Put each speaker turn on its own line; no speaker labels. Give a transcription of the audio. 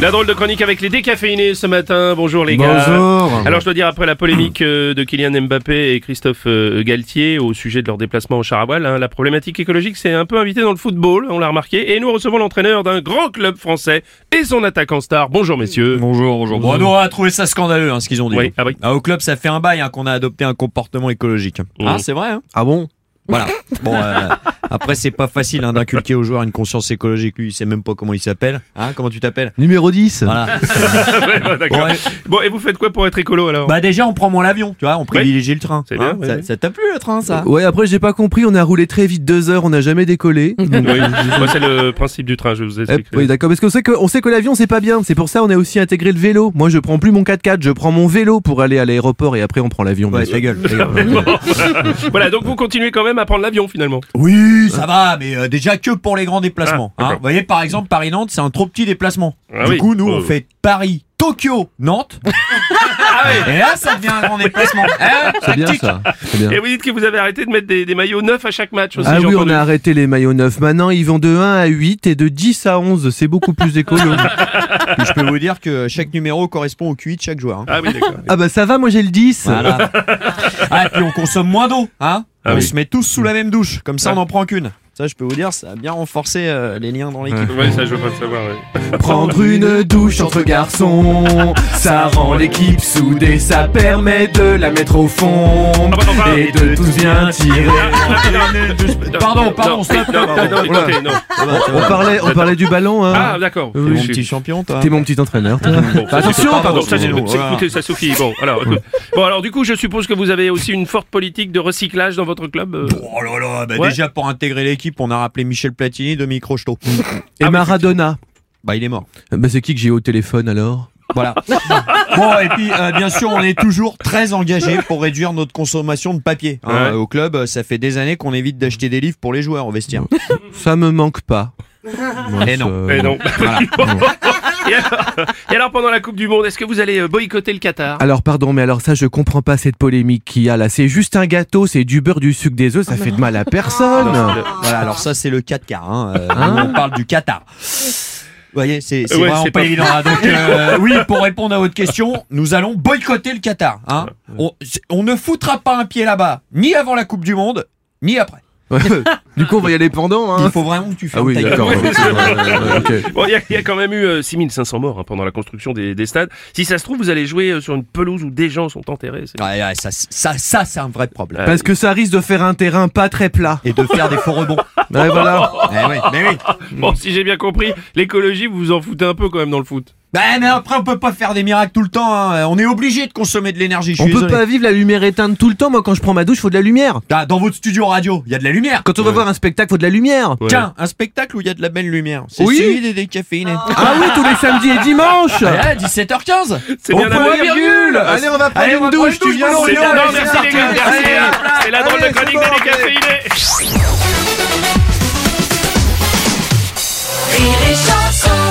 La drôle de chronique avec les décaféinés ce matin. Bonjour les gars.
Bonjour.
Alors je dois dire après la polémique euh, de Kylian Mbappé et Christophe euh, Galtier au sujet de leur déplacement au char à voile, hein, la problématique écologique s'est un peu invitée dans le football, on l'a remarqué, et nous recevons l'entraîneur d'un grand club français et son attaquant star. Bonjour messieurs.
Bonjour, bonjour.
Bon, nous, on a trouvé ça scandaleux, hein, ce qu'ils ont dit.
Oui, ah oui.
Ah, au club, ça fait un bail hein, qu'on a adopté un comportement écologique.
Mmh.
Ah, c'est vrai. Hein
Ah bon
voilà. Bon, euh, après, c'est pas facile hein, d'inculquer aux joueurs une conscience écologique. Lui, il sait même pas comment il s'appelle. Hein, comment tu t'appelles
Numéro 10
Voilà.
Ouais, bah, d'accord.
Bon, ouais.
Bon et vous faites quoi pour être écolo alors
Bah déjà, on prend moins l'avion, tu vois. On privilégie le train.
C'est bien,
Hein,
ouais,
ça
ouais.
ça t'a plu le train, ça
Ouais, après j'ai pas compris, on a roulé très vite deux heures, on n'a jamais décollé. Donc,
Oui, moi, c'est le principe du train, je vous
hop,
explique.
Eh, oui, d'accord, parce qu'on sait que, on sait que l'avion c'est pas bien, c'est pour ça on a aussi intégré le vélo. Moi je prends plus mon 4x4, je prends mon vélo pour aller à l'aéroport et après on prend l'avion. bien
Ouais,
sûr.
ta gueule. ta gueule.
voilà, donc vous continuez quand même à prendre l'avion finalement.
oui,
Hein
ça va, mais euh, déjà que pour les grands déplacements.
Ah,
hein.
d'accord.
Vous voyez, par exemple, Paris-Nantes, c'est un trop petit déplacement.
Ah
du
oui.
coup, nous, on
Euh.
fait Paris, Tokyo, Nantes. Et là, ça devient un grand déplacement. Hein,
Ah C'est bien
tactique.
ça. C'est bien.
Et vous dites que vous avez arrêté de mettre des, des maillots neufs à chaque match aussi.
Ah
j'ai
oui, on
entendu.
a arrêté les maillots neufs. Maintenant, ils vont de 1 à 8 et de 10 à 11. C'est beaucoup plus écolo.
Puis je peux vous dire que chaque numéro correspond au QI de chaque joueur. hein.
Ah oui, d'accord.
ah bah ça va, moi j'ai le 10.
Voilà. ah, et puis on consomme moins d'eau, hein
Ah
On
oui.
se met tous sous la même douche, comme
Ah.
ça on n'en prend qu'une. Ça, je peux vous dire, ça a bien renforcé euh, les liens dans l'équipe.
Ouais, ça je veux pas le savoir. ouais.
Prendre une douche entre garçons, ça rend l'équipe soudée, ça permet de la mettre au fond
bah, enfin.
et de tous bien tirer.
Pardon, pardon,
Non,
stop.
non, non, non, écoutez, non.
On parlait, on parlait du ballon,
Ah,
hein.
d'accord.
Oui,
T'es
Oui,
mon
je
petit
suis-
champion, toi.
T'es mon petit entraîneur. toi.
Bon, ça,
attention,
c'est-
pardon,
ça, c'est-
pardon,
c'est-
voilà.
écoutez, ça suffit. Bon, alors, écoute. bon, alors, du coup, je suppose que vous avez aussi une forte politique de recyclage dans votre club. euh.
Oh là là, bah
Ouais.
déjà pour intégrer l'équipe, on a rappelé Michel Platini, Dominique Rocheteau.
Et Maradona.
bah il est mort.
Bah c'est qui que j'ai eu au téléphone alors
Voilà. bon, et puis euh, bien sûr, on est toujours très engagé pour réduire notre consommation de papier.
Ouais.
hein. Au club, euh, ça fait des années qu'on évite d'acheter des livres pour les joueurs au vestiaire.
Ça me manque pas. euh, Moi,
Eh non.
ça-
Eh non.
Voilà.
Et alors, et alors, pendant la Coupe du Monde, est-ce que vous allez euh, boycotter le Qatar
Alors pardon, mais alors ça je comprends pas cette polémique qu'il y a là. C'est juste un gâteau, c'est du beurre, du sucre, des
Ah,
œufs, ça fait de mal à personne.
Ah.
Voilà, alors ça c'est le 4 quarts. Hein. Euh,
Hein
nous, on parle du Qatar. Vous voyez, c'est c'est
Ouais,
vraiment
c'est
pas,
pas-
évident. hein. Donc, euh, oui, pour répondre à votre question, nous allons boycotter le Qatar. Hein. On, c'est- on ne foutra pas un pied là-bas, ni avant la Coupe du Monde, ni après.
du coup on va y aller pendant.
Il
Hein.
faut vraiment que tu fasses
Ah oui,
ta gueule.
d'accord. ouais, c'est vrai, ouais, ok.
Bon, il y, a- il y a quand même eu euh, 6500 morts hein, pendant la construction des, des stades. Si ça se trouve, vous allez jouer euh, sur une pelouse où des gens sont enterrés. c'est-
Ouais, ouais, ça, ça, ça c'est un vrai problème.
Parce que ça risque de faire un terrain pas très plat.
Et de faire des faux rebonds.
Ouais, voilà.
Eh oui, mais oui.
Bon, si j'ai bien compris, l'écologie, vous vous en foutez un peu quand même dans le foot.
Bah, mais après, on peut pas faire des miracles tout le temps. hein. On est obligé de consommer de l'énergie. je suis
On peut
désolé.
pas vivre la lumière éteinte tout le temps. Moi, quand je prends ma douche, faut de la lumière.
Ah, Dans votre studio radio, il y a de la lumière.
Quand on va voir un spectacle, faut de la lumière.
Tiens, un spectacle où il y a de la belle lumière. C'est
Oui.
celui des décaféinés.
Ah oui, tous les samedis et dimanches.
Ah, 17h15
C'est
Au
bien la
point
bonne
virgule. Allez, on va prendre
Allez, on
une
va prendre
douche. Tu
une
viens,
douche,
on
C'est
Bruno,
vient,
bien,
allez,
non,
on
merci
vient.
les gars, merci.
Allez, hop là.
C'est la drôle de
Allez,
chronique
c'est
des
bon,
décaféinés.
Rire et chanson